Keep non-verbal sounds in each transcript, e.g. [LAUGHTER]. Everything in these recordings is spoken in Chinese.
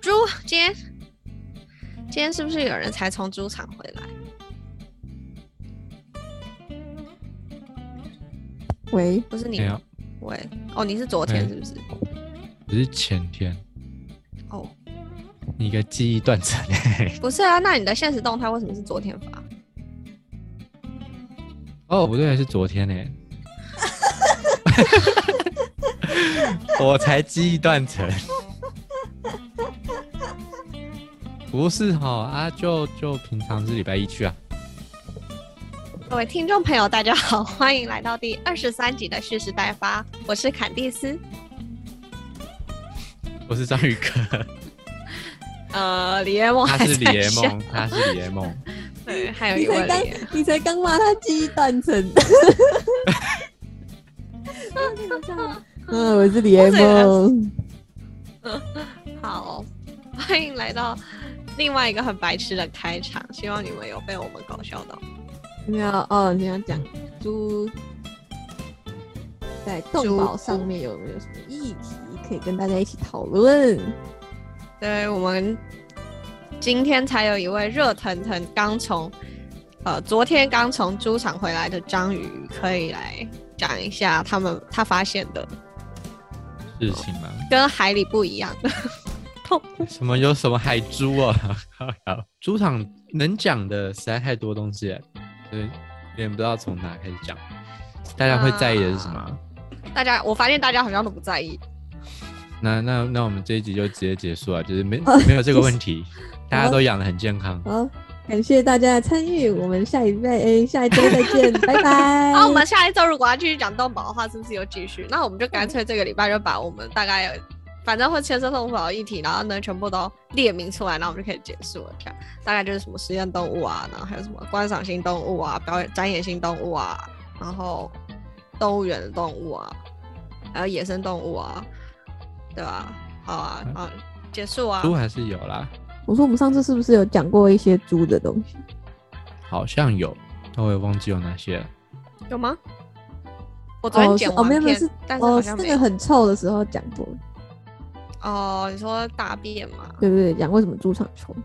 猪今天今天是不是有人才从猪场回来？喂，不是你没有吗？，喂，哦，你是昨天没是不是？只是前天，哦，你个记忆 [LAUGHS] 断层、欸。不是啊，那你的现实动态为什么是昨天发？哦，不对，是昨天呢、 [LAUGHS] 我才记忆断层。不是哈啊，就就平常是礼拜一去啊。各位听众朋友，大家好， [LAUGHS] 欢迎来到第二十三集的蓄势待发，我是坎蒂斯。我是章鱼哥， [LAUGHS] 呃，李彦梦他还是李在耶笑梦，他是李耶梦。对，还有你一位才刚李彦你才刚骂他记忆断 [LAUGHS] 层。嗯，我是李我艾嘴梦。好，欢迎来到另外一个很白痴的开场，希望你们有被我们搞笑到。你要哦，你要讲猪在动保上面有没有什么议题可以跟大家一起讨论？对我们今天才有一位热腾腾刚从呃昨天刚从猪场回来的章鱼，可以来讲一下他们他发现的事情嘛，跟海里不一样的动物。什么有什么海猪啊？ [LAUGHS] 猪场能讲的实在太多东西了，所以有点不知道从哪开始讲。大家会在意的是什么啊？大家我发现大家好像都不在意，那那那我们这一集就直接结束啊，就是没哦没有这个问 [LAUGHS] 题，大家都养的很健康。好，感谢大家的参与，我们下一拜，哎，下一周再见，拜 [LAUGHS] 拜。那、我们下一周如果要继续讲动保的话，是不是又继续？那我们就干脆这个礼拜就把我们大概有，反正会牵涉动保议题，然后呢全部都列明出来，然后我们就可以结束了。这样大概就是什么实验动物啊，然后还有什么观赏性动物啊、表演展演性动物啊，然后动物园的动物啊，还有野生动物啊，对吧？好啊，好，结束啊。猪还是有啦，我说我们上次是不是有讲过一些猪的东西？好像有，但我也忘记有哪些了。有吗？我昨天哦是剪哦，完没有没有片，是但是好哦，是像那没个有。很臭的时候讲过，哦，你说大便吗？对对对，讲为什么猪场臭。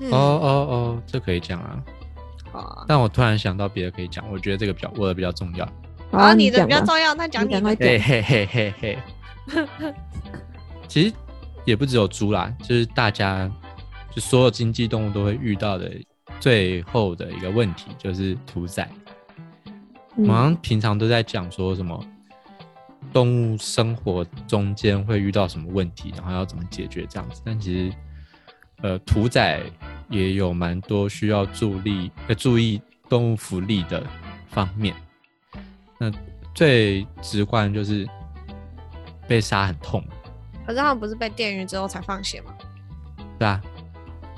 嗯哦哦哦，这可以讲啊。啊，但我突然想到别的可以讲，我觉得这个比较我的比较重要。好啊，你你的讲比较吧。重要，那讲你你赶快的。对嘿嘿嘿嘿嘿。其实也不只有猪啦，就是大家就所有经济动物都会遇到的最后的一个问题，就是屠宰。嗯我们好像平常都在讲说什么动物生活中间会遇到什么问题，然后要怎么解决这样子。但其实，呃，屠宰也有蛮多需要注力呃注意动物福利的方面。那最直观就是被杀很痛，可是他们不是被电晕之后才放血吗？对吧、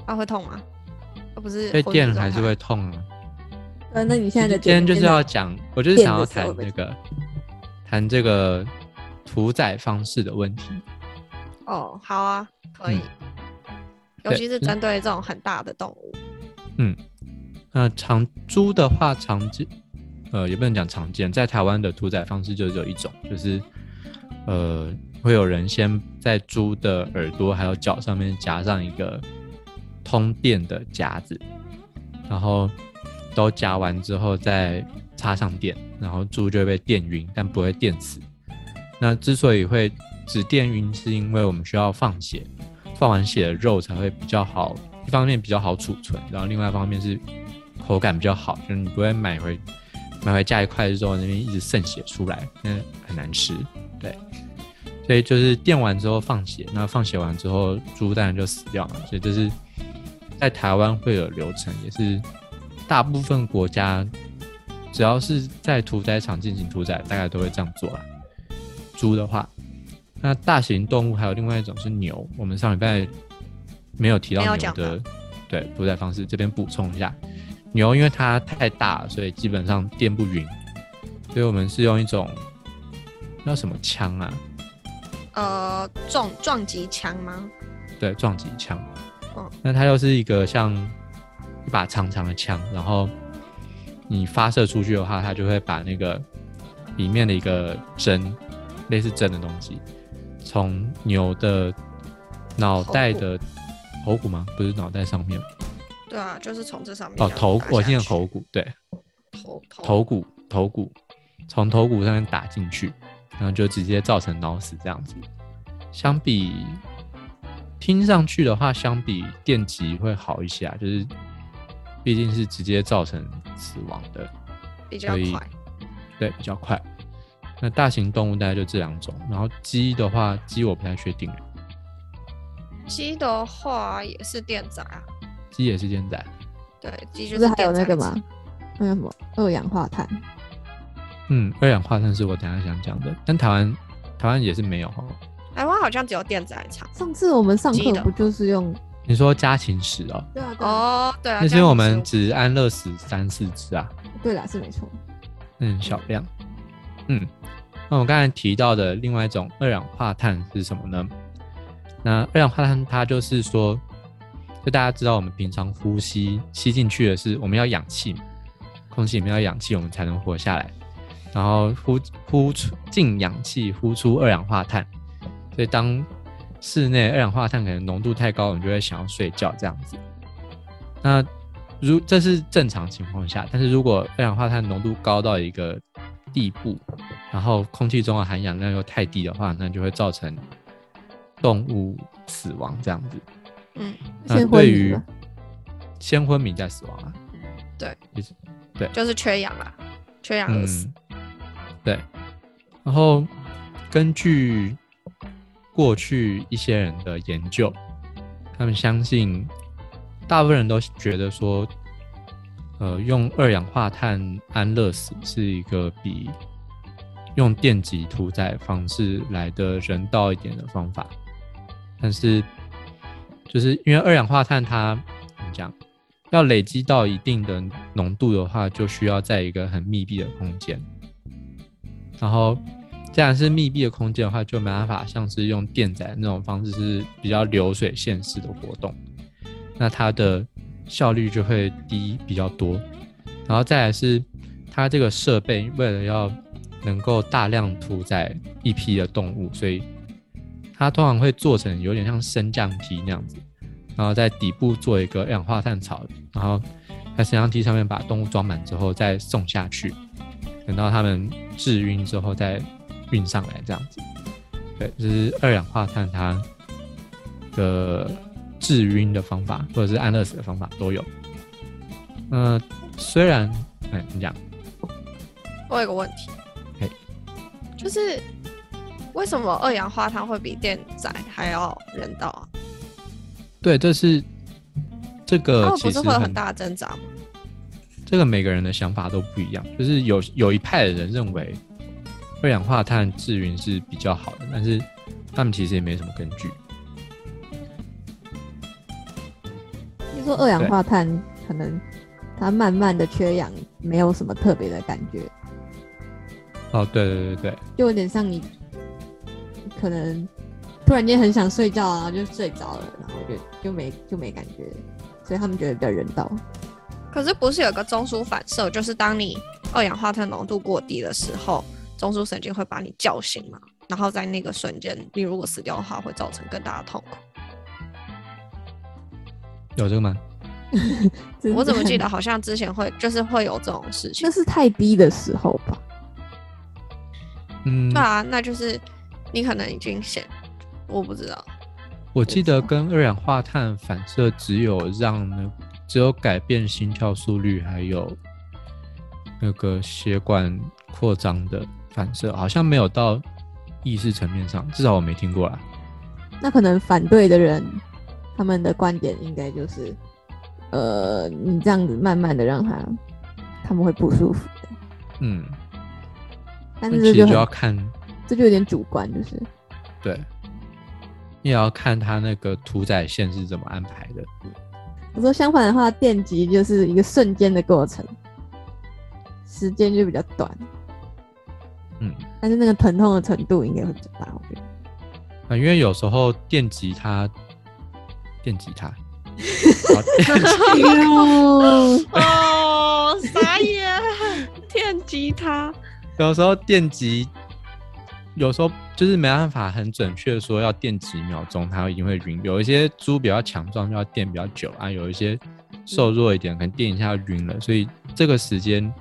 啊，会痛吗？啊，不是被昏迷电状还是态会痛啊。呃，那你现在的今天就是要讲，我就是想电的要时候谈被那个谈这个屠宰方式的问题。哦，好啊，可以。尤嗯对其是就是针对这种很大的动物，那呃长猪的话，常见，呃，也不能讲常见，在台湾的屠宰方式就只有一种，就是呃，会有人先在猪的耳朵还有脚上面夹上一个通电的夹子，然后都夹完之后再插上电，然后猪就会被电晕，但不会电死。那之所以会只电晕，是因为我们需要放血，放完血的肉才会比较好，一方面比较好储存，然后另外一方面是口感比较好，就是你不会买回买回家一块肉那边一直渗血出来，那很难吃。对，所以就是电完之后放血，那放血完之后猪当然就死掉了，所以这是在台湾会有流程，也是大部分国家只要是在屠宰场进行屠宰，大概都会这样做啦。猪的话，那大型动物还有另外一种是牛，我们上礼拜没有提到没有牛讲的到对屠宰方式，这边补充一下，牛因为它太大了，所以基本上电不匀，所以我们是用一种那什么枪啊，呃，撞撞击枪吗？对，撞击枪。嗯那它又是一个像一把长长的枪，然后你发射出去的话，它就会把那个里面的一个针，类似针的东西，从牛的脑袋的头骨吗？不是脑袋上面对啊，就是从这上面哦，这样头打我下念去头骨，对，头头骨头骨从头骨上面打进去，然后就直接造成脑死这样子。相比听上去的话，相比电击会好一些啊，就是毕竟是直接造成死亡的，比较可以快，对，比较快。那大型动物大概就这两种，然后鸡的话，鸡我不太确定，鸡的话也是电宰啊，鸡也是健仔，对，鸡不就是还有电那个宰吗鸡？？那个什么二氧化碳，嗯，二氧化碳是我等一下想讲的，但台湾台湾也是没有哦。台湾好像只有电宰场上次我们上记课得不就是用？你说家禽史哦，对啊，对啊，哦，对啊，那是这因为样我子们只安乐死三四只啊，对啦，是没错。嗯，小量。嗯，那我刚才提到的另外一种二氧化碳是什么呢？那二氧化碳它就是说，就大家知道我们平常呼吸吸进去的是我们要氧气嘛，空气里面要氧气，我们才能活下来。然后呼呼出进氧气，呼出二氧化碳。所以当室内二氧化碳可能浓度太高，我们就会想要睡觉这样子。那如这是正常情况下，但是如果二氧化碳浓度高到一个地步，然后空气中的含氧量又太低的话，那就会造成动物死亡这样子。嗯，那先昏对迷于吧先昏迷再死亡啊，对，就是就是缺氧啦，缺氧而死。嗯，对。然后根据过去一些人的研究，他们相信大部分人都觉得说，呃，用二氧化碳安乐死是一个比用电极屠宰方式来的人道一点的方法。但是，就是因为二氧化碳它怎么讲，要累积到一定的浓度的话，就需要在一个很密闭的空间。然后，既然是密闭的空间的话，就没办法像是用电载那种方式是比较流水线式的活动，那它的效率就会低比较多。然后再来是它这个设备为了要能够大量屠宰一批的动物，所以它通常会做成有点像升降梯那样子，然后在底部做一个二氧化碳槽，然后在升降梯上面把动物装满之后再送下去，等到它们制晕之后再运上来这样子。对，就是二氧化碳它的制晕的方法，或者是安乐死的方法都有。嗯、虽然，哎、你讲，我有个问题嘿，就是为什么二氧化碳会比电宰还要人道啊？对，这是这他个们呃哦其啊不实是会有很大的挣扎吗？这个每个人的想法都不一样，就是有有一派的人认为二氧化碳制云是比较好的，但是他们其实也没什么根据。你说二氧化碳可能它慢慢的缺氧，没有什么特别的感觉，哦，对对对对，就有点像你可能突然间很想睡觉啊，然后就睡着了，然后就就没就没感觉，所以他们觉得比较人道。可是不是有个中枢反射，就是当你二氧化碳浓度过低的时候，中枢神经会把你叫醒嘛？然后在那个瞬间，你如果死掉的话，会造成更大的痛苦。有这个吗？真嗯我怎么的记得好像之前会就是会有这种事情 [LAUGHS] 那？是太低的时候吧？嗯，对啊，那就是你可能已经显，我不知 [LAUGHS] 道。我记得跟二氧化碳反射只有让那只有改变心跳速率，还有那个血管扩张的反射，好像没有到意识层面上，至少我没听过啦。那可能反对的人，他们的观点应该就是，呃，你这样子慢慢的让他，他们会不舒服的。嗯，但那是其这实就就很要看这就有点主观，就是对，你也要看他那个屠宰线是怎么安排的。我说相反的话，电击就是一个瞬间的过程，时间就比较短，嗯，但是那个疼痛的程度应该会比较大，我觉得。啊，因为有时候电吉他，电吉他，好电吉嗯哦，傻 [LAUGHS] 眼，电吉他，有时候电极，有时候就是没办法很准确地说要垫几秒钟，它一定会晕。有一些猪比较强壮，就要垫比较久啊；有一些瘦弱一点，可能垫一下就晕了。所以这个时间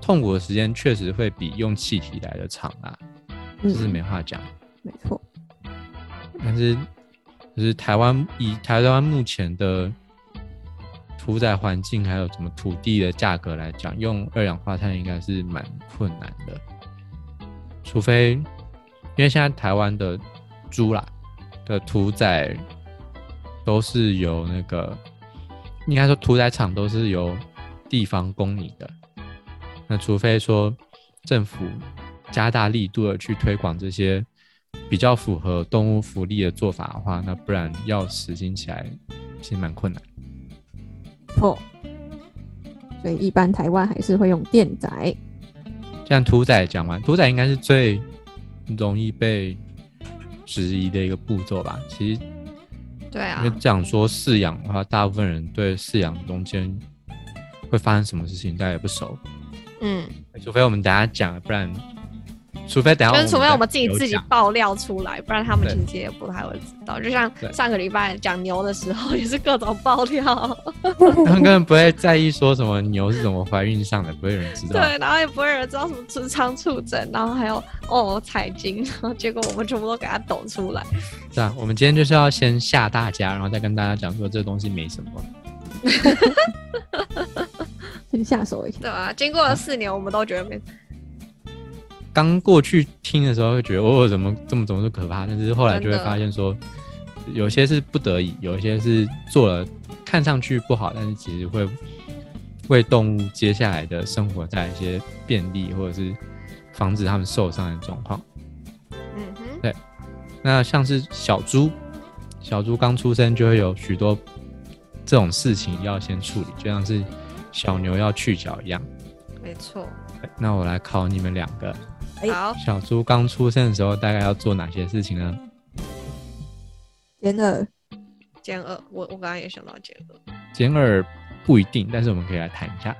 痛苦的时间确实会比用气体来的长啊，这嗯是没话讲。没错，但是就是台湾以台湾目前的屠宰环境还有什么土地的价格来讲，用二氧化碳应该是蛮困难的，除非因为现在台湾的猪啦的屠宰都是由那个应该说屠宰场都是由地方供应的，那除非说政府加大力度的去推广这些比较符合动物福利的做法的话，那不然要实行起来其实蛮困难。错。所以一般台湾还是会用电宰，像屠宰讲完，屠宰应该是最容易被质疑的一个步骤吧。其实对啊因为，讲说饲养的话，大部分人对饲养中间会发生什么事情，大家也不熟。嗯，除非我们等一下讲，不然，除非等一下就再是除非我们自己有自己 [LAUGHS] 讲爆料出来，不然他们对其实也不太会知道。就像对上个礼拜讲牛的时候，也是各种爆料，他们根本不会在意说什么牛是怎么怀孕上的，不会有人知道。对，然后也不会有人知道什么智商触诊，然后还有哦财经，然后结果我们全部都给它抖出来。是啊，我们今天就是要先吓大家，然后再跟大家讲说这东西没什么。先下手一下。对啊，经过了四年，我们都觉得没刚过去听的时候会觉得，哦，怎么这么怎么是可怕？但是后来就会真的发现说，有些是不得已，有些是做了看上去不好，但是其实会为动物接下来的生活带来一些便利，或者是防止它们受伤的状况。嗯哼，那像是小猪，小猪刚出生就会有许多这种事情要先处理，就像是小牛要去角一样。没错。那我来考你们两个，哎好，小猪刚出生的时候大概要做哪些事情呢？尖二歼二，我我刚刚也想到歼二。简耳不一定，但是我们可以来谈一下，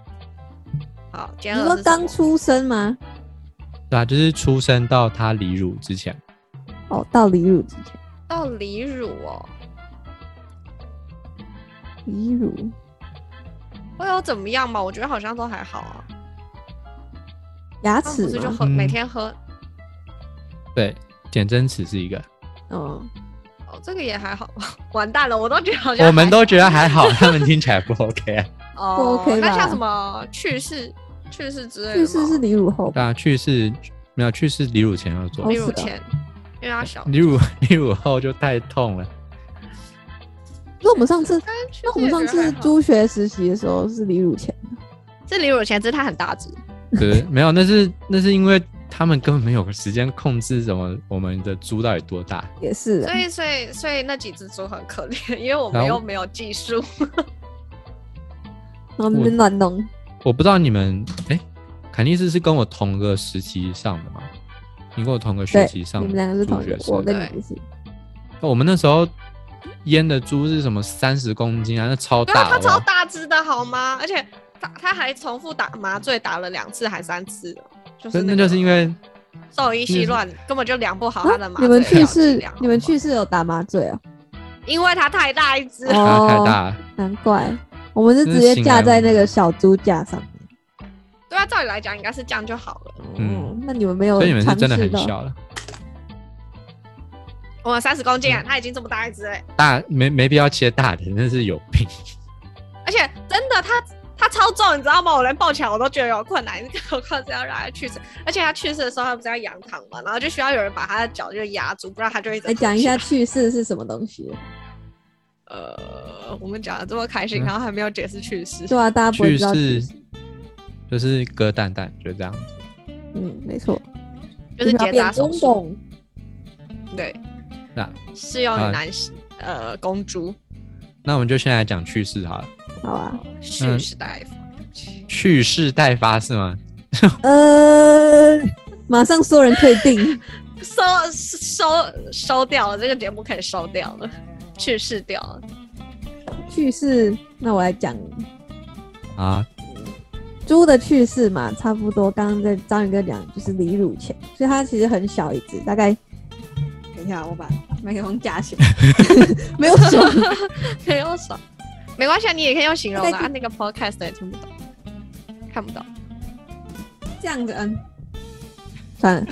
好，你歼二哦说是刚什么出生吗？对啊，就是出生到它离乳之前，哦，到离乳之前，到离乳哦，离乳会有怎么样吗？我觉得好像都还好啊。牙他们不齿是就吗？喝、每嗯天喝对，减针齿是一个，嗯，哦，这个也还好 [LAUGHS] 吧。完蛋了，我都觉得好像我们都觉得还还好， [LAUGHS] 他们听起来不 OK 啊。哦。不 OK 那像吧什么去世、去世之类的去吗，世是离乳后吧对？啊，去世没有去世离乳前要做哦离，是乳的前，因为他小。离乳 [LAUGHS] 离乳后就太痛了。那我们上次，但去那我世也们觉上得还次好猪学实习的时候是离乳前，这离乳前，只是他很大只。对，没有，那 [LAUGHS] 是那是因为他们根本没有时间控制什么我们的猪到底多大。也是啊所以，所以，所以那几只猪很可怜，因为我们然后又没有技术。然后那边乱弄，我不知道你们，哎、肯定是是跟我同个时期上的嘛？你跟我同个学对，期上你的，们两个是同学学，我生。跟对你是，那哦我们那时候腌的猪是什么三十公斤啊，那超对啊，大，它好不超好？大只的好吗？而且他他还重复打麻醉，打了两次还三次了，就是那那那就是因为为兽医系乱，根本就量不好啊他的麻你醉们药剂去量。世好，你们吗，去世有打麻醉啊？因为它太大一只了，它太哦大了，难怪，我们是真直是接醒架来在那无个奈小猪架上面。对啊，照理来讲应该是这样就好了。嗯哦，那你们没有所以你们是尝真的试很到小了，我们三十公嗯斤啊，它已经这么大一只嘞，大没没必要切大的，那是有病。而且真的它。它超重，你知道吗？我连抱起来我都觉得有困难， [LAUGHS] 何况是要让它去世。而且它去世的时候，它不是要仰躺嘛，然后就需要有人把它的脚就压住，不然它就一直。来讲一下，去世是什么东西？呃，我们讲的这么开心，嗯然后还没有解释去世。对啊，大家不会去知道世世。就是割蛋蛋，就这样子。嗯，没错，就是要结变扎手公术，公。对，那适用于啊男士、呃公猪那我们就先来讲去世好了。好啊，蓄势大夫。蓄势待发是吗？呃，马上所有人退订。 [LAUGHS] 收收收掉了，这个节目可以收掉了，去世掉了。去世，那我来讲啊，猪的去世嘛，差不多。刚刚在章鱼哥讲，就是离乳前，所以它其实很小一只，大概一下，我把麦克风架起来，没有手， [LAUGHS] 没有手，没关系，啊，你也可以用形容的、大概啊，那个 podcast 也听不懂，看不懂。这样的，嗯，算了，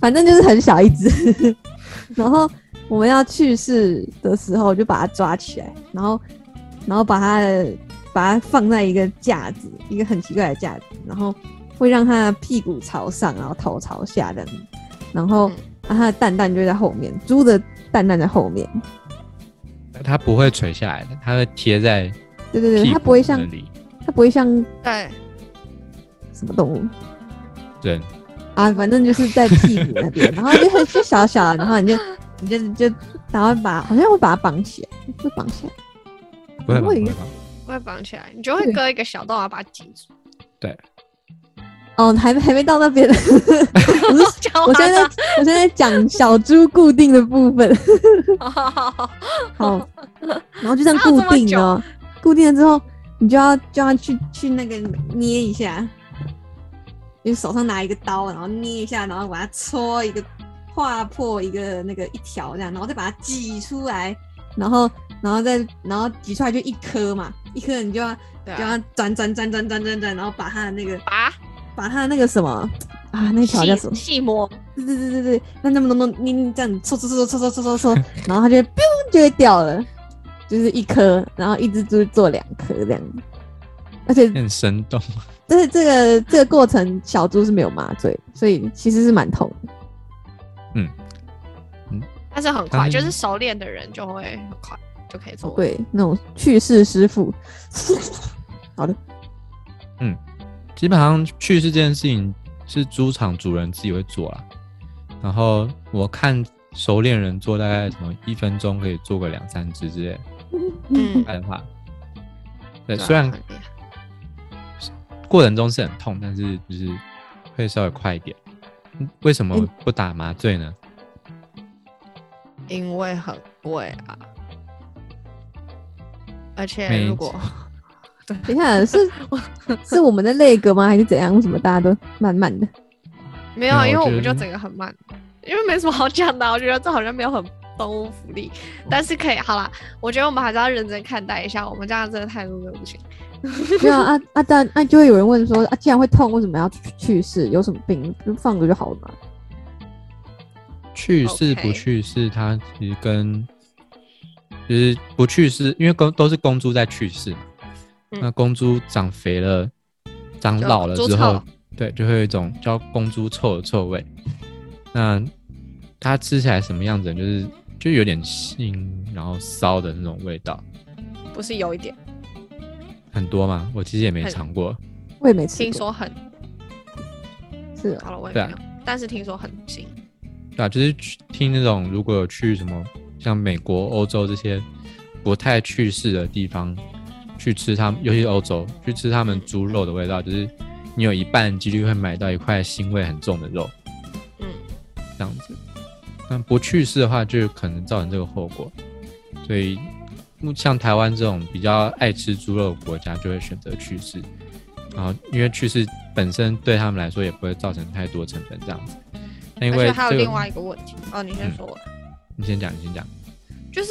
反正就是很小一只。 [LAUGHS] 然后我们要去世的时候，就把它抓起来，然后，然后把它把它放在一个架子，一个很奇怪的架子，然后会让它的屁股朝上，然后头朝下的，然后、啊、它的蛋蛋就在后面，猪的蛋蛋在后面，它不会垂下来的，它会贴在对对对，屁它不股会像那里。它不会像对，什么动物人啊，反正就是在屁股那边，然后就很就小小的，然后你就你就你就，然后把好像会把它绑起来，会绑起来，不会吧？不我以会为吧？我会绑起来，啊你就会割一个小洞，然后把它挤 [LAUGHS] 住。哦，还没还没到那边， [LAUGHS] 讲 [LAUGHS] 完我现在了，我现在讲小猪固定的部分，啊好，然后就这样固 [LAUGHS] 定哦，固定了之后，你就要就要去去那个捏一下，你手上拿一个刀，然后捏一下，然后把它戳一个，划破一个那个一条这样，然后再把它挤出来，然后然后再然后挤出来就一颗嘛，一颗你就要对就啊，要转转转转转转转，然后把它的那个拔把它的那个什么啊，那条叫什么细？细摸，对对对对对，那那么弄弄，你你这样抽抽抽抽抽抽抽抽，然后它就会 biu 就会掉了，就是一颗，然后一只猪做两颗这样。而且，很生动，但是这个这个过程，小猪是没有麻醉，所以其实是蛮痛的。但是很快，它就是熟练的人就会很快就可以做。对，那种去世师傅，嗯基本上去世这件事情是猪场主人自己会做啦。然后我看熟练人做，大概什么一分钟可以做个两三只之类的，嗯，办法。对，对啊虽然很厉害过程中是很痛，但是就是会稍微快一点。嗯为什么嗯不打麻醉呢？因为很贵啊，而且没如果等一下是是我们的肋骨吗？还是怎样？为什么大家都慢慢的？没有，啊，没因为有我我觉们就得整个很慢，因为没什么好讲的啊。我觉得这好像没有很动物福利，哦但是可以好啦。我觉得我们还是要认真看待一下，我们这样真的态度真的不行。对啊啊啊！但啊，就会有人问说啊，既然会痛，为什么要去去世？有什么病？就放着就好了嘛。去世 OK 不去世，它其实跟就是不去世，因为公都是公猪在去世嘛。嗯那公猪长肥了、长就老了猪之臭后了，对，就会有一种叫公猪臭的臭味。那它吃起来什么样子呢？就是就有点腥，然后骚的那种味道，不是有一点，很多嘛。我其实也没很尝过，我也没吃过。听说很是哦好了，我也对啊没有，但是听说很腥。对啊，就是去听那种如果有去什么像美国、欧洲这些不太去世的地方去吃他们，尤其是欧洲去吃他们猪肉的味道，就是你有一半几率会买到一块腥味很重的肉嗯，这样子。那不去世的话，就可能造成这个后果。所以，目像台湾这种比较爱吃猪肉的国家，就会选择去世。然后，因为去世本身对他们来说也不会造成太多成本这样子。那因而为且还有这个另外一个问题哦，你先嗯说我，你先讲，你先讲。就是。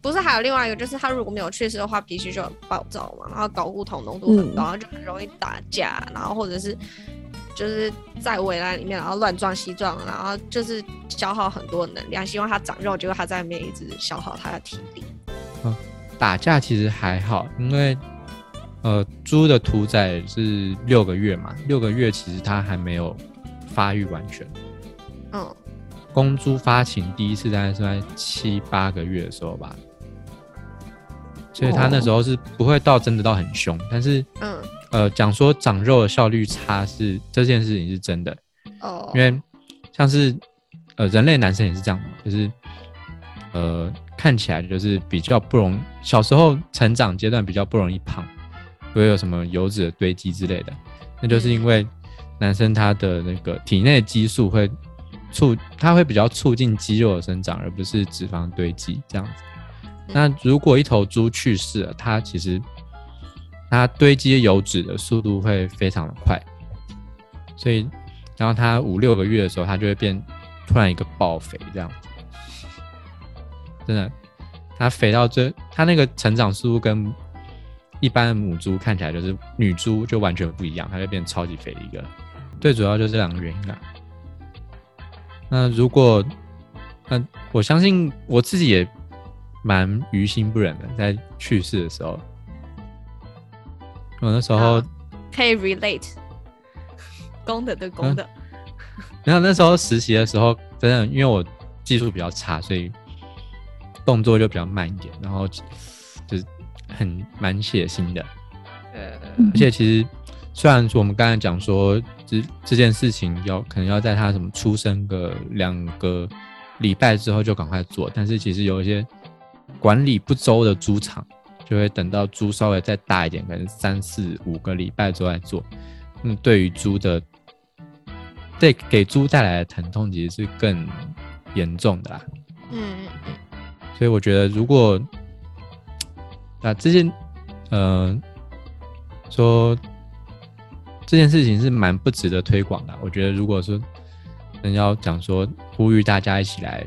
不是还有另外一个，就是他如果没有去世的话，脾气就很暴躁嘛，然后搞不同浓度很高，然后就很容易打架，然后或者是就是在围栏里面，然后乱撞西撞，然后就是消耗很多能量，希望它长肉，结果它在里面一直消耗它的体力。打架其实还好，因为呃，猪的屠宰是六个月嘛，六个月其实它还没有发育完全。嗯，公猪发情第一次大概是在七八个月的时候吧，所以它那时候是不会到真的到很凶，但是嗯呃，讲说长肉的效率差是这件事情是真的，哦，因为像是呃人类男生也是这样嘛，就是呃看起来就是比较不容小时候成长阶段比较不容易胖，不会有什么油脂的堆积之类的，那就是因为男生他的那个体内激素会促，它会比较促进肌肉的生长，而不是脂肪堆积这样子。那如果一头猪去世了，它其实它堆积油脂的速度会非常的快，所以然后它五六个月的时候，它就会变突然一个爆肥这样子。真的，它肥到最，它那个成长速度跟一般母猪看起来就是女猪就完全不一样，它就变超级肥的一个。最主要就是这两个原因啊。那如果，那我相信我自己也蛮于心不忍的，在去世的时候，我那时候啊可以 relate，公的嗯对公的，嗯然后那时候实习的时候，真的因为我技术比较差，所以动作就比较慢一点，然后就是很蛮血腥的。呃，而且其实虽然说我们刚才讲说这这件事情要可能要在他什么出生个两个礼拜之后就赶快做，但是其实有一些管理不周的猪场，就会等到猪稍微再大一点，可能三四五个礼拜之后再做。嗯，对于猪的，对给猪带来的疼痛其实是更严重的啦。嗯，所以我觉得，如果啊这件，呃，说这件事情是蛮不值得推广的。我觉得，如果说真要讲说呼吁大家一起来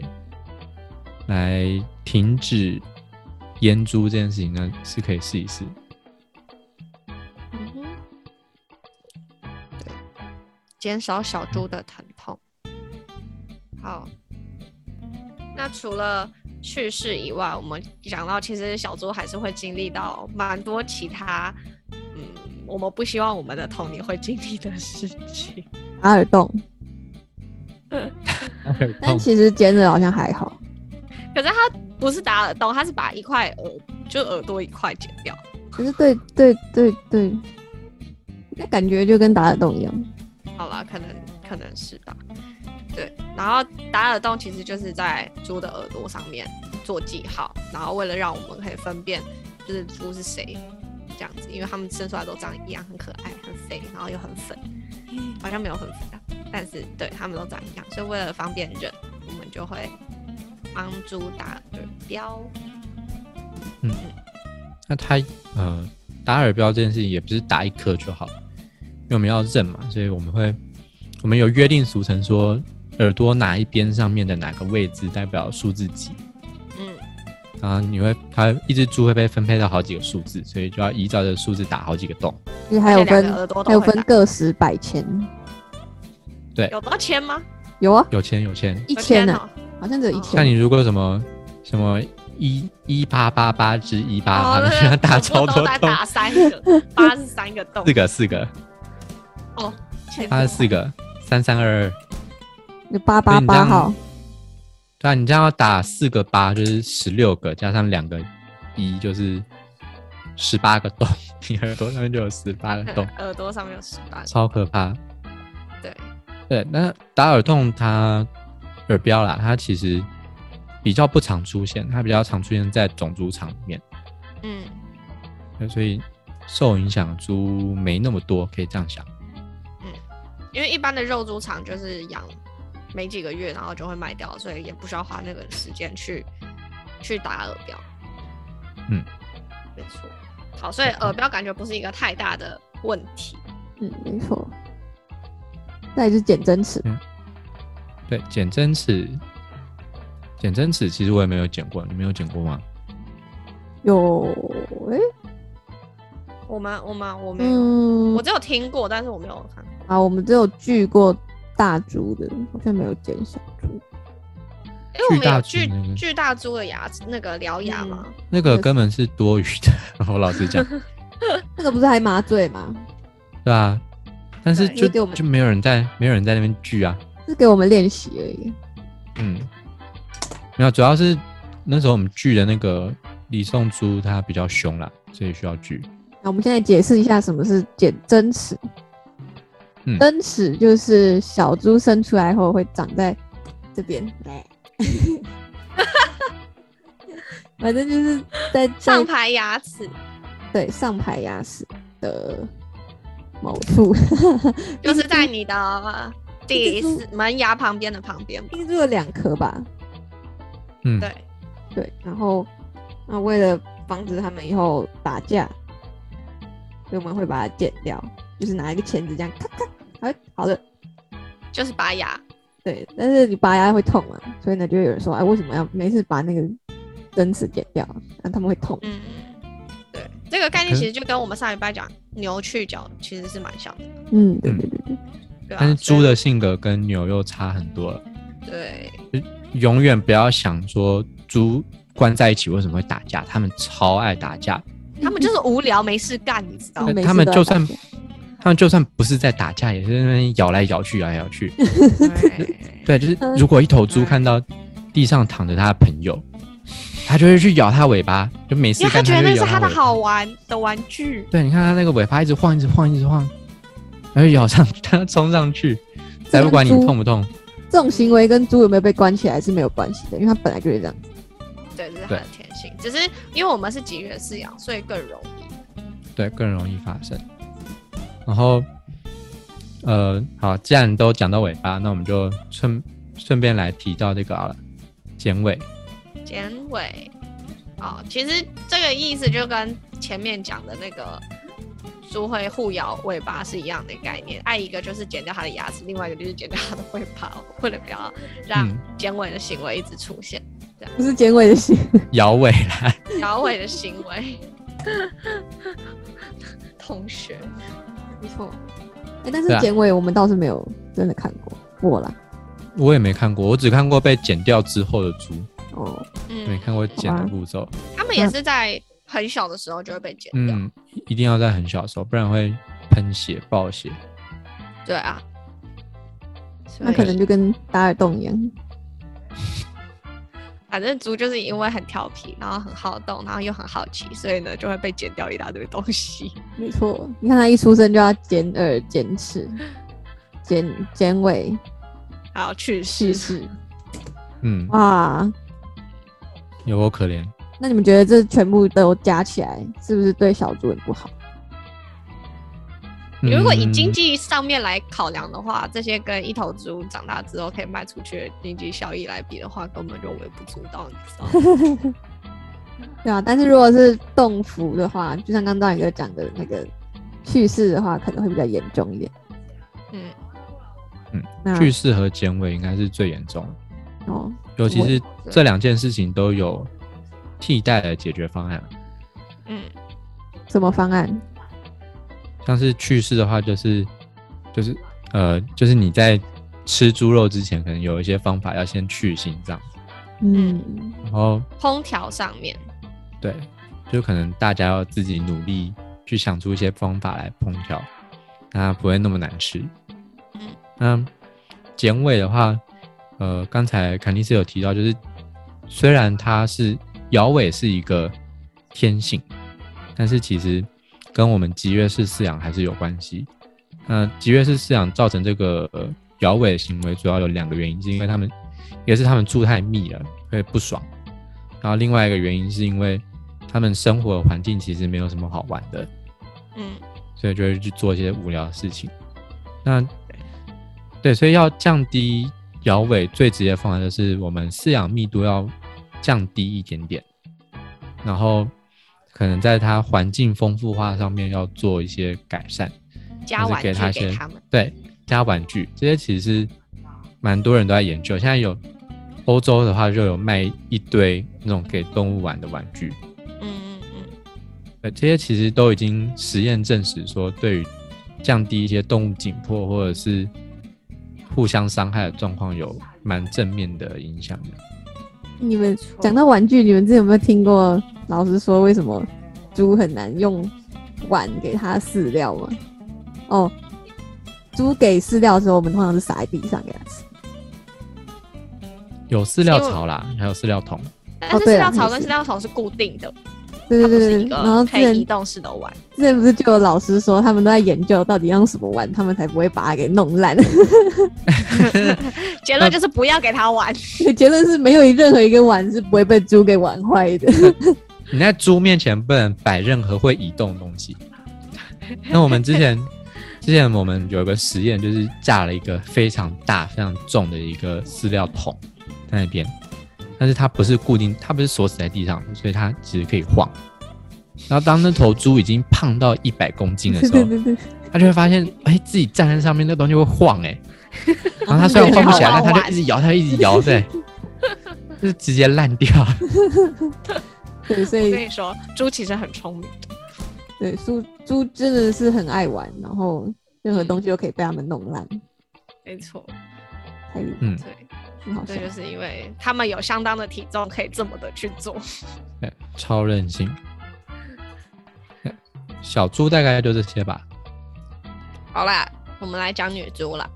来停止阉猪这件事情呢，是可以试一 [LAUGHS] 试。嗯哼，对，减少小猪的疼痛。好，那除了去世以外，我们讲到其实小猪还是会经历到蛮多其他，嗯，我们不希望我们的童年会经历的事情。打耳洞，但痛其实剪耳好像还好。可是它不是打耳洞，它是把一块耳就耳朵一块剪掉。可是对对对对，那感觉就跟打耳洞一样。好啦，可能可能是吧。对，然后打耳洞其实就是在猪的耳朵上面做记号，然后为了让我们可以分辨就是猪是谁这样子，因为它们生出来都长一样，很可爱，很肥，然后又很粉，好像没有很肥啊，但是对它们都长一样，所以为了方便认，我们就会帮猪打耳标。那它呃打耳标这件事情也不是打一颗就好，因为我们要认嘛，所以我们会我们有约定俗成说耳朵哪一边上面的哪个位置代表数字几，嗯然后你会它一只猪会被分配到好几个数字，所以就要依照这个数字打好几个洞。就是还有这两分个耳朵都还有会分打个十百千，有多签吗？有啊，有钱有钱，一千呢、呢、好像只哦有一像千。你如果什么什么一一八八八至一八哦，八，那要 [LAUGHS] 个打全部啊超多都在洞，打三个，八是三个 [LAUGHS] 洞四，个四个，哦前它是四个三三二二。就八八八号，对啊，你这样要打四个八，就是十六个，加上两个一，就是十八个洞。你耳朵上面就有十八个洞，耳朵上面有十八超可怕。对，对，那打耳洞它耳标啦，它其实比较不常出现，它比较常出现在种猪场里面，嗯，对所以受影响的猪没那么多，可以这样想。因为一般的肉猪场就是养没几个月，然后就会卖掉，所以也不需要花那个时间去去打耳标。嗯，没错。好，所以耳标感觉不是一个太大的问题。嗯，没错。再来就是剪针齿，对，剪针齿，剪针齿其实我也没有剪过，你没有剪过吗？有诶、我吗？我吗？我没有，嗯我，只有听过，但是我没有看过。啊，我们只有锯过大猪的，好像没有剪小猪。因为我们巨大有猪巨那个巨大猪的牙齿，那个獠牙嘛，嗯那个根本是多余的， [LAUGHS] 我老实讲。那个不是还麻醉吗？对啊，但是对就因为对我们就没有人在，没有人在那边聚啊。是给我们练习而已。嗯，没有，主要是那时候我们聚的那个李宋珠她比较凶啦，所以需要聚。那我们现在解释一下什么是剪针齿。嗯针齿就是小猪生出来后会长在这边， [LAUGHS] 反正就是在上在排牙齿对上排牙齿的某处，就是在你的嗯一第只猪四门牙旁边的旁边。一猪有两颗吧？嗯，对，对，啊然后那为了防止他们以后打架，所以我们会把它剪掉，就是拿一个钳子这样咔咔，哎，好了。就是拔牙。对，但是你拔牙会痛嘛，所以呢，就会有人说，哎，为什么要每次拔那个针刺剪掉，那他们会痛。嗯，对，这个概念可其是实就跟我们上礼拜讲牛去角其实是蛮像的，嗯，对对对对，对吧、但是所以猪的性格跟牛又差很多了，对永远不要想说猪关在一起为什么会打架，他们超爱打架，他们就是无聊没事干，你知道吗哦对？每次他们都在就打算架他们就算不是在打架，也是在那边咬来咬去，咬来咬去。 [LAUGHS] 对对，就是嗯如果一头猪嗯看到地上躺着它的朋友，它就会去咬它尾巴，就没事因为他干觉它得就那是咬他它的尾巴。好玩的玩具，对，你看它那个尾巴一直晃，一直晃，一直晃，然后咬上它冲 [LAUGHS] 上去，这才不跟管你猪痛不痛。这种行为跟猪有没有被关起来是没有关系的，因为它本来就是这样子。对，这是他对的天性。只是因为我们是几月饲养，所以更容易。对，更容易发生。然后，呃，好，既然都讲到尾巴，那我们就顺顺便来提到这个好了，剪尾。 [LAUGHS] 剪尾，哦，其实这个意思就跟前面讲的那个猪会互咬尾巴是一样的概念。爱一个就是剪掉它的牙齿，另外一个就是剪掉它的尾巴，为了不要让嗯剪尾的行为一直出现，不是剪尾的 [LAUGHS] 行为，摇尾啦，摇尾的行为。同学，没错，哎、但是对啊剪尾我们倒是没有真的看过我啦。我也没看过，我只看过被剪掉之后的猪，哦，没嗯，看过剪好的吧步骤。他们也是在很小的时候就会被剪掉。嗯，一定要在很小的时候，不然会喷血爆血。对啊，那可能就跟打耳洞一样。反正猪就是因为很调皮，然后很好动，然后又很好奇，所以呢就会被剪掉一大堆东西。没错，你看它一出生就要剪耳、剪齿、剪剪尾、还有去世去，世。嗯，哇，有够可怜。那你们觉得这全部都加起来，是不是对小猪很不好？如果以经嗯济上面来考量的话，这些跟一头猪长大之后可以卖出去的经济效益来比的话，根本就微不足道，你知 [LAUGHS] 哦道吗？对啊，但是如果是动服的话，就像刚刚一哥讲的那个去世的话，可能会比较严重一点。嗯，那去世和剪尾应该是最严重的，哦，尤其我是这两件事情都有替代的解决方案。嗯，什么方案？像是去世的话，就是就是呃，就是你在吃猪肉之前，可能有一些方法要先去心脏，嗯，然后烹啊调上面，对，就可能大家要自己努力去想出一些方法来烹调，那不会那么难吃。嗯那剪尾的话，呃，刚才肯定是有提到，就是虽然它是摇尾是一个天性，但是其实跟我们集约式饲养还是有关系。那集约式饲养造成这个呃摇尾的行为，主要有两个原因，是因为他们也是他们住太密了，会不爽。然后另外一个原因是因为他们生活的环境其实没有什么好玩的，嗯，所以就会去做一些无聊的事情。那对，所以要降低摇尾，最直接的方法就是我们饲养密度要降低一点点，然后可能在它环境丰富化上面要做一些改善，加就玩是具啊给它给些他们，对加玩具这些其实是蛮多人都在研究。现在有欧洲的话就有卖一堆那种给动物玩的玩具，嗯嗯嗯，呃，这些其实都已经实验证实说，对于降低一些动物紧迫或者是互相伤害的状况有蛮正面的影响的。你们讲到玩具，你们之前有没有听过老师说为什么猪很难用碗给它饲料吗？哦，猪给饲料的时候，我们通常是撒在地上给它吃。有饲料槽啦，还有饲料桶，但是饲对啊料槽也跟是饲料桶是固定的，对它不对对是对一对。然后个之可以移前动式的 [LAUGHS] 碗。之前不是就有老师说，他们都在研究到底用什么碗，他们才不会把它给弄烂。结论就是不要给它玩，结论是没有任何一个碗是不会被猪给玩坏的。 [LAUGHS] 你在猪面前不能摆任何会移动的东西。那我们之前，之前我们有一个实验，就是架了一个非常大、非常重的一个饲料桶在那边，但是它不是固定，它不是锁死在地上的，所以它其实可以晃。然后当那头猪已经胖到一百公斤 [LAUGHS] 的对时候对，对对，它就会发现，哎、自己站在上面那东西会晃、哎，然后它虽然晃不起来，但它就一直摇，它就一直摇，对。就是直接烂掉。对，所我跟以你说，猪其实很聪明的，对猪猪真的是很爱玩，然后任何东西都可以被他们弄烂，没错，太厉害嗯，对，很好笑这。就是因为他们有相当的体重可以这么的去做。对，超任性。小猪大概就这些吧。好啦，我们来讲女猪啦。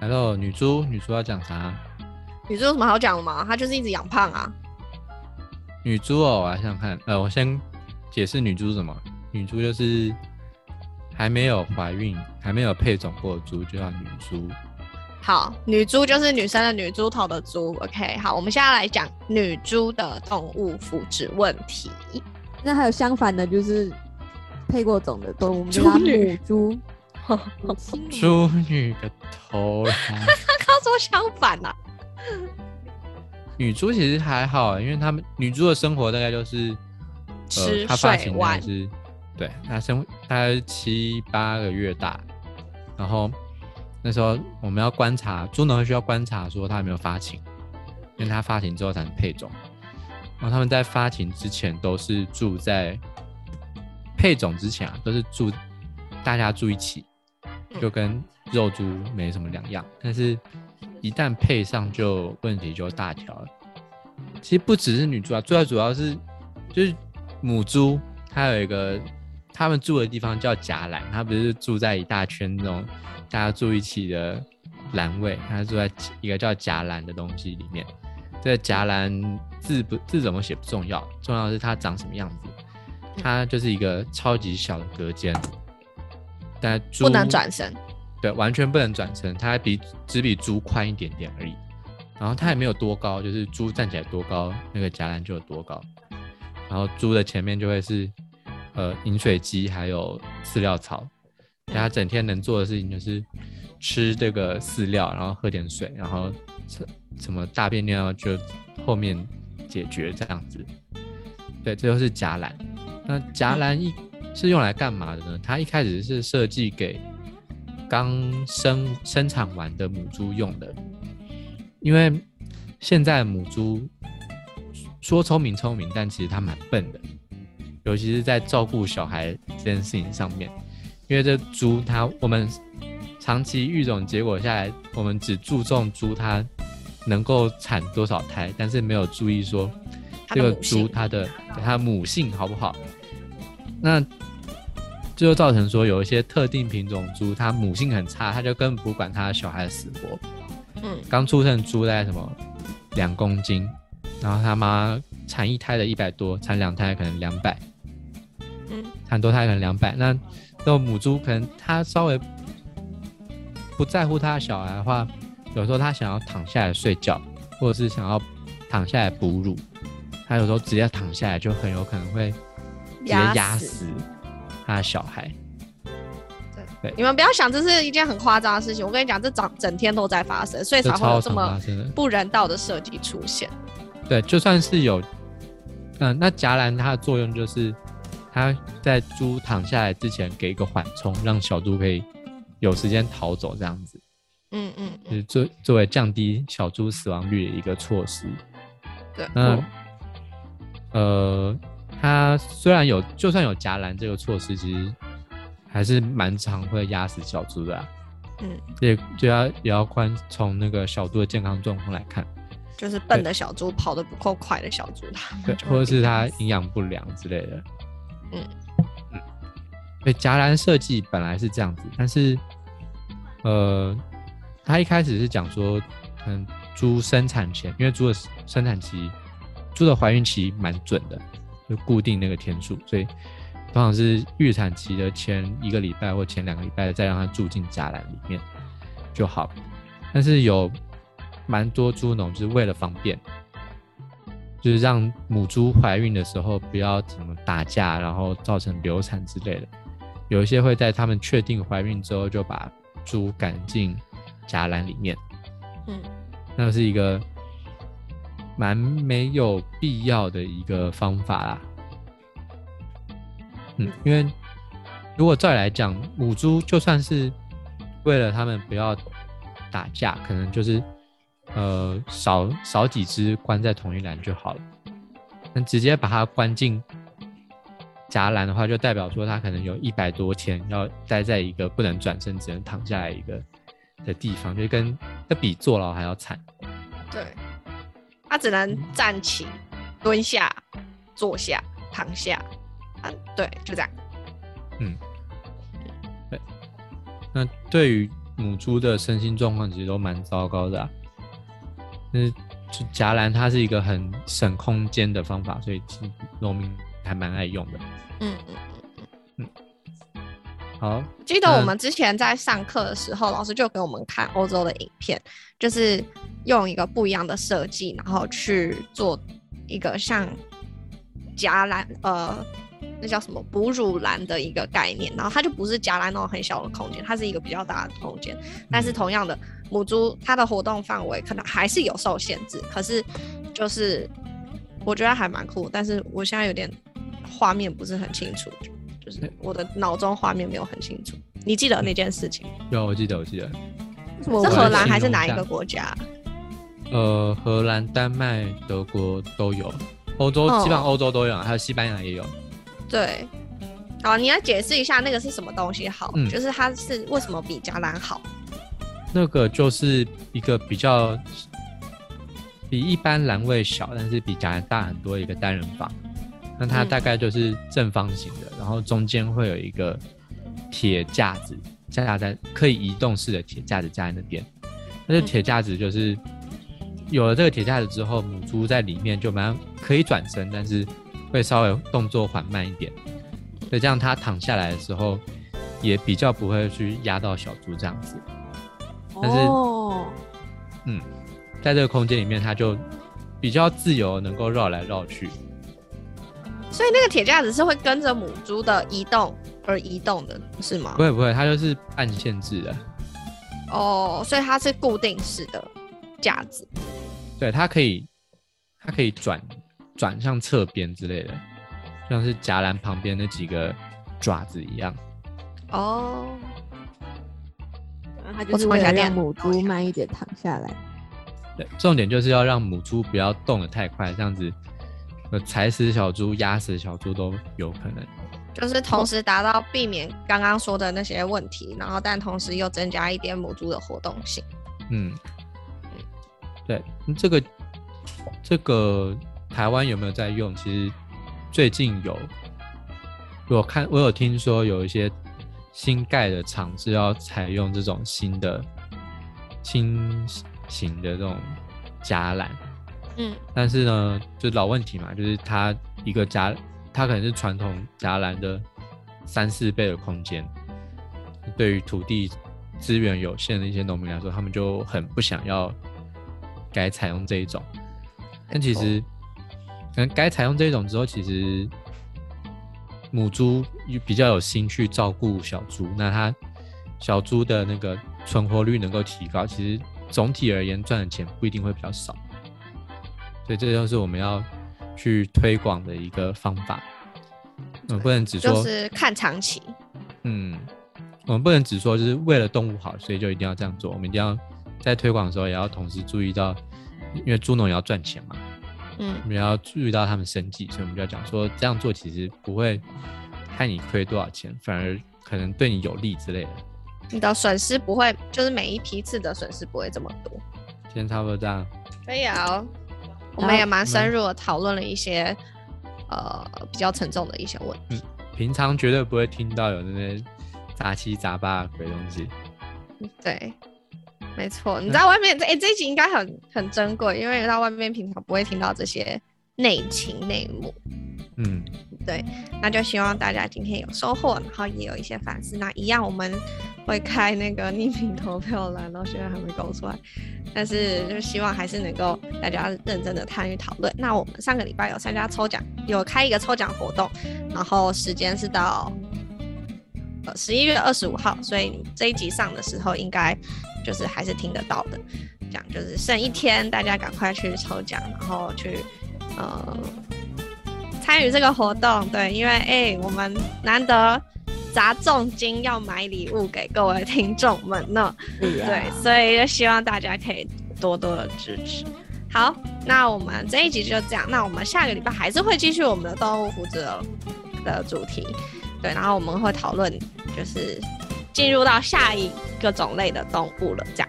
然后女猪，女猪要讲啥？女猪有什么好讲的吗？她就是一直养胖啊。女猪哦，我来想想看，呃，我先解释女猪是什么。女猪就是还没有怀孕、还没有配种过的猪，就叫女猪。好，女猪就是女生的女猪头的猪。OK，好，我们现在来讲女猪的动物福祉问题。那还有相反的，就是配过种的动物，我们猪叫它女母猪、 [LAUGHS] 母亲母猪女的头啦。她刚说相反啊啦、女猪其实还好，因为他们女猪的生活大概就是，吃呃，她发睡情大概玩是，对，她生大概是七八个月大，然后那时候我们要观察猪农会需要观察说它有没有发情，因为它发情之后才能配种，然后他们在发情之前都是住在配种之前啊，都是住大家住一起，就跟肉猪没什么两样，但是一旦配上就问题就大条了。其实不只是女猪啊，最主要是就是母猪，它有一个他们住的地方叫夹栏，它不是住在一大圈那种大家住一起的栏位，它住在一个叫夹栏的东西里面。这个夹栏字不字怎么写不重要，重要的是它长什么样子。它就是一个超级小的隔间，但猪不能转身。对，完全不能转身，它比只比猪宽一点点而已。然后它也没有多高，就是猪站起来多高，那个夹栏就有多高。然后猪的前面就会是呃饮水机还有饲料槽，它整天能做的事情就是吃这个饲料，然后喝点水，然后什什么大便尿就后面解决这样子。对，这就是夹栏。那夹栏一是用来干嘛的呢？它一开始是设计给刚生生产完的母猪用的，因为现在母猪说聪明聪明，但其实它蛮笨的，尤其是在照顾小孩这件事情上面。因为这猪它，我们长期育种结果下来，我们只注重猪它能够产多少胎，但是没有注意说它这的个母性猪它的对它的母性好不好。那这就造成说有一些特定品种猪，它母性很差，它就根本不管它的小孩的死活。嗯，刚出生的猪大概什么两公斤，然后他妈产一胎的一百多，产两胎可能两百，嗯，产多胎可能两百。那那种母猪可能它稍微不在乎它的小孩的话，有时候它想要躺下来睡觉，或者是想要躺下来哺乳，它有时候直接躺下来就很有可能会直接压压死它的小孩。你们不要想这是一件很夸张的事情，我跟你讲，这整整天都在发生，所以这才会有超这常发么生的，不人道的设计出现。对，就算是有，嗯、呃那夹栏它的作用就是，它在猪躺下来之前给一个缓冲，让小猪可以有时间逃走，这样子，嗯嗯就嗯，是作作为降低小猪死亡率的一个措施。对，那、呃，它虽然有，就算有夹栏这个措施，其实还是蛮常会压死小猪的、啊。嗯，也就要也要观从那个小猪的健康状况来看。就是笨的小猪跑得不够快的小猪，它对，或者是它营养不良之类的。嗯嗯，对，夹栏设计本来是这样子，但是呃，他一开始是讲说，嗯，猪生产前，因为猪的生产期，猪的怀孕期蛮准的，就固定那个天数，所以通常是预产期的前一个礼拜或前两个礼拜再让它住进栅栏里面就好。但是有蛮多猪农就是为了方便，就是让母猪怀孕的时候不要怎么打架，然后造成流产之类的。有一些会在他们确定怀孕之后就把猪赶进夹栏里面，嗯，那是一个蛮没有必要的一个方法啦。嗯，因为如果再来讲，母猪就算是为了他们不要打架，可能就是呃少少几只关在同一栏就好了。那直接把它关进夹栏的话，就代表说它可能有一百多天要待在一个不能转身、只能躺下来一个的地方，就跟那比坐牢还要惨。对，嗯它只能站起、蹲下、坐下、躺下，啊，对，就这样。嗯，对。那对于母猪的身心状况，其实都蛮糟糕的、啊。那就夹栏，它是一个很省空间的方法，所以其实农民还蛮爱用的。嗯嗯。好，记得我嗯们之前在上课的时候，老师就给我们看欧洲的影片，就是用一个不一样的设计，然后去做一个像夹栏，呃，那叫什么哺乳栏的一个概念。然后它就不是夹栏那种很小的空间，它是一个比较大的空间。但是同样的，母猪它的活动范围可能还是有受限制，可是就是我觉得还蛮酷，但是我现在有点画面不是很清楚，就就是我的脑中画面没有很清楚。你记得那件事情有，啊我记得，我记得。为什么我是来荷们兰还是形容哪一一下个国家？呃，荷兰、丹麦、德国都有，欧洲、基本上欧洲都有啊，还有西班牙也有。对，好，你来解释一下那个是什么东西好，嗯就是它是为什么比加兰好？那个就是一个比较比一般栏位小，但是比夹栏大很多的一个单人房。那它嗯大概就是正方形的，然后中间会有一个铁架子架在可以移动式的铁架子架在那边。那这嗯铁架子就是有了这个铁架子之后，母猪在里面就蛮可以转身，但是会稍微动作缓慢一点。所以这样它躺下来的时候，也比较不会去压到小猪这样子。但是哦，嗯，在这个空间里面，它就比较自由，能够绕来绕去。所以那个铁架子是会跟着母猪的移动而移动的，是吗不？会不会，它就是按限制的，哦，所以它是固定式的架子。对，它可以，它可以转转向侧边之类的，像是夹栏旁边那几个爪子一样。哦，它就我是从为小了练让母猪慢一点躺下来。对，重点就是要让母猪不要动得太快，这样子，呃，踩死小猪、压死小猪都有可能。就是同时达到避免刚刚说的那些问题，然后但同时又增加一点母猪的活动性。嗯，对，嗯这个这个台湾有没有在用？其实最近有，我看我有听说有一些新盖的厂是要采用这种新的新型的这种夹栏，嗯，但是呢，就老问题嘛，就是它一个夹，它可能是传统夹栏的三四倍的空间，对于土地资源有限的一些农民来说，他们就很不想要改采用这一种。但其实，可能改采用这一种之后，其实母猪比较有心去照顾小猪，那它小猪的那个存活率能够提高，其实总体而言赚的钱不一定会比较少。所以这就是我们要去推广的一个方法。我们不能只说，就是看长期。嗯，我们不能只说就是为了动物好，所以就一定要这样做。我们一定要在推广的时候，也要同时注意到，因为猪农也要赚钱嘛，嗯我们也要注意到他们生计，所以我们就要讲说，这样做其实不会害你亏多少钱，反而可能对你有利之类的。你的损失不会，就是每一批次的损失不会这么多。今天差不多这样，可以啊，我好们也蛮深入的讨论了一些呃比较沉重的一些问题。平常绝对不会听到有那些杂七杂八的鬼东西。对，没错，你在外面，哎、这一集应该很很珍贵，因为在外面平常不会听到这些内情内幕。嗯， [LAUGHS] 对，那就希望大家今天有收获，然后也有一些反思。那一样，我们会开那个匿名投票栏，到现在还没搞出来，但是就希望还是能够大家认真的参与讨论。那我们上个礼拜有参加抽奖，有开一个抽奖活动，然后时间是到呃十一月二十五号，所以你这一集上的时候应该就是还是听得到的。这样就是剩一天，大家赶快去抽奖，然后去呃参与这个活动，对，因为哎、我们难得砸重金要买礼物给各位听众们呢，对啊对，所以就希望大家可以多多的支持。好，那我们这一集就这样，那我们下个礼拜还是会继续我们的动物福祉的的主题，对，然后我们会讨论就是进入到下一个种类的动物了，这样。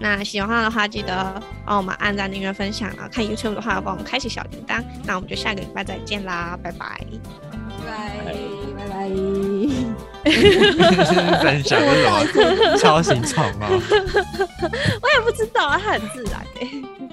那喜欢的话，记得帮我们按赞、订阅、分享，然后看 YouTube 的话，帮我们开启小铃铛。那我们就下个礼拜再见啦，拜 [LAUGHS] 拜。拜拜拜拜。分享为什么超行宠啊？我也不知道啊，它很自然、欸。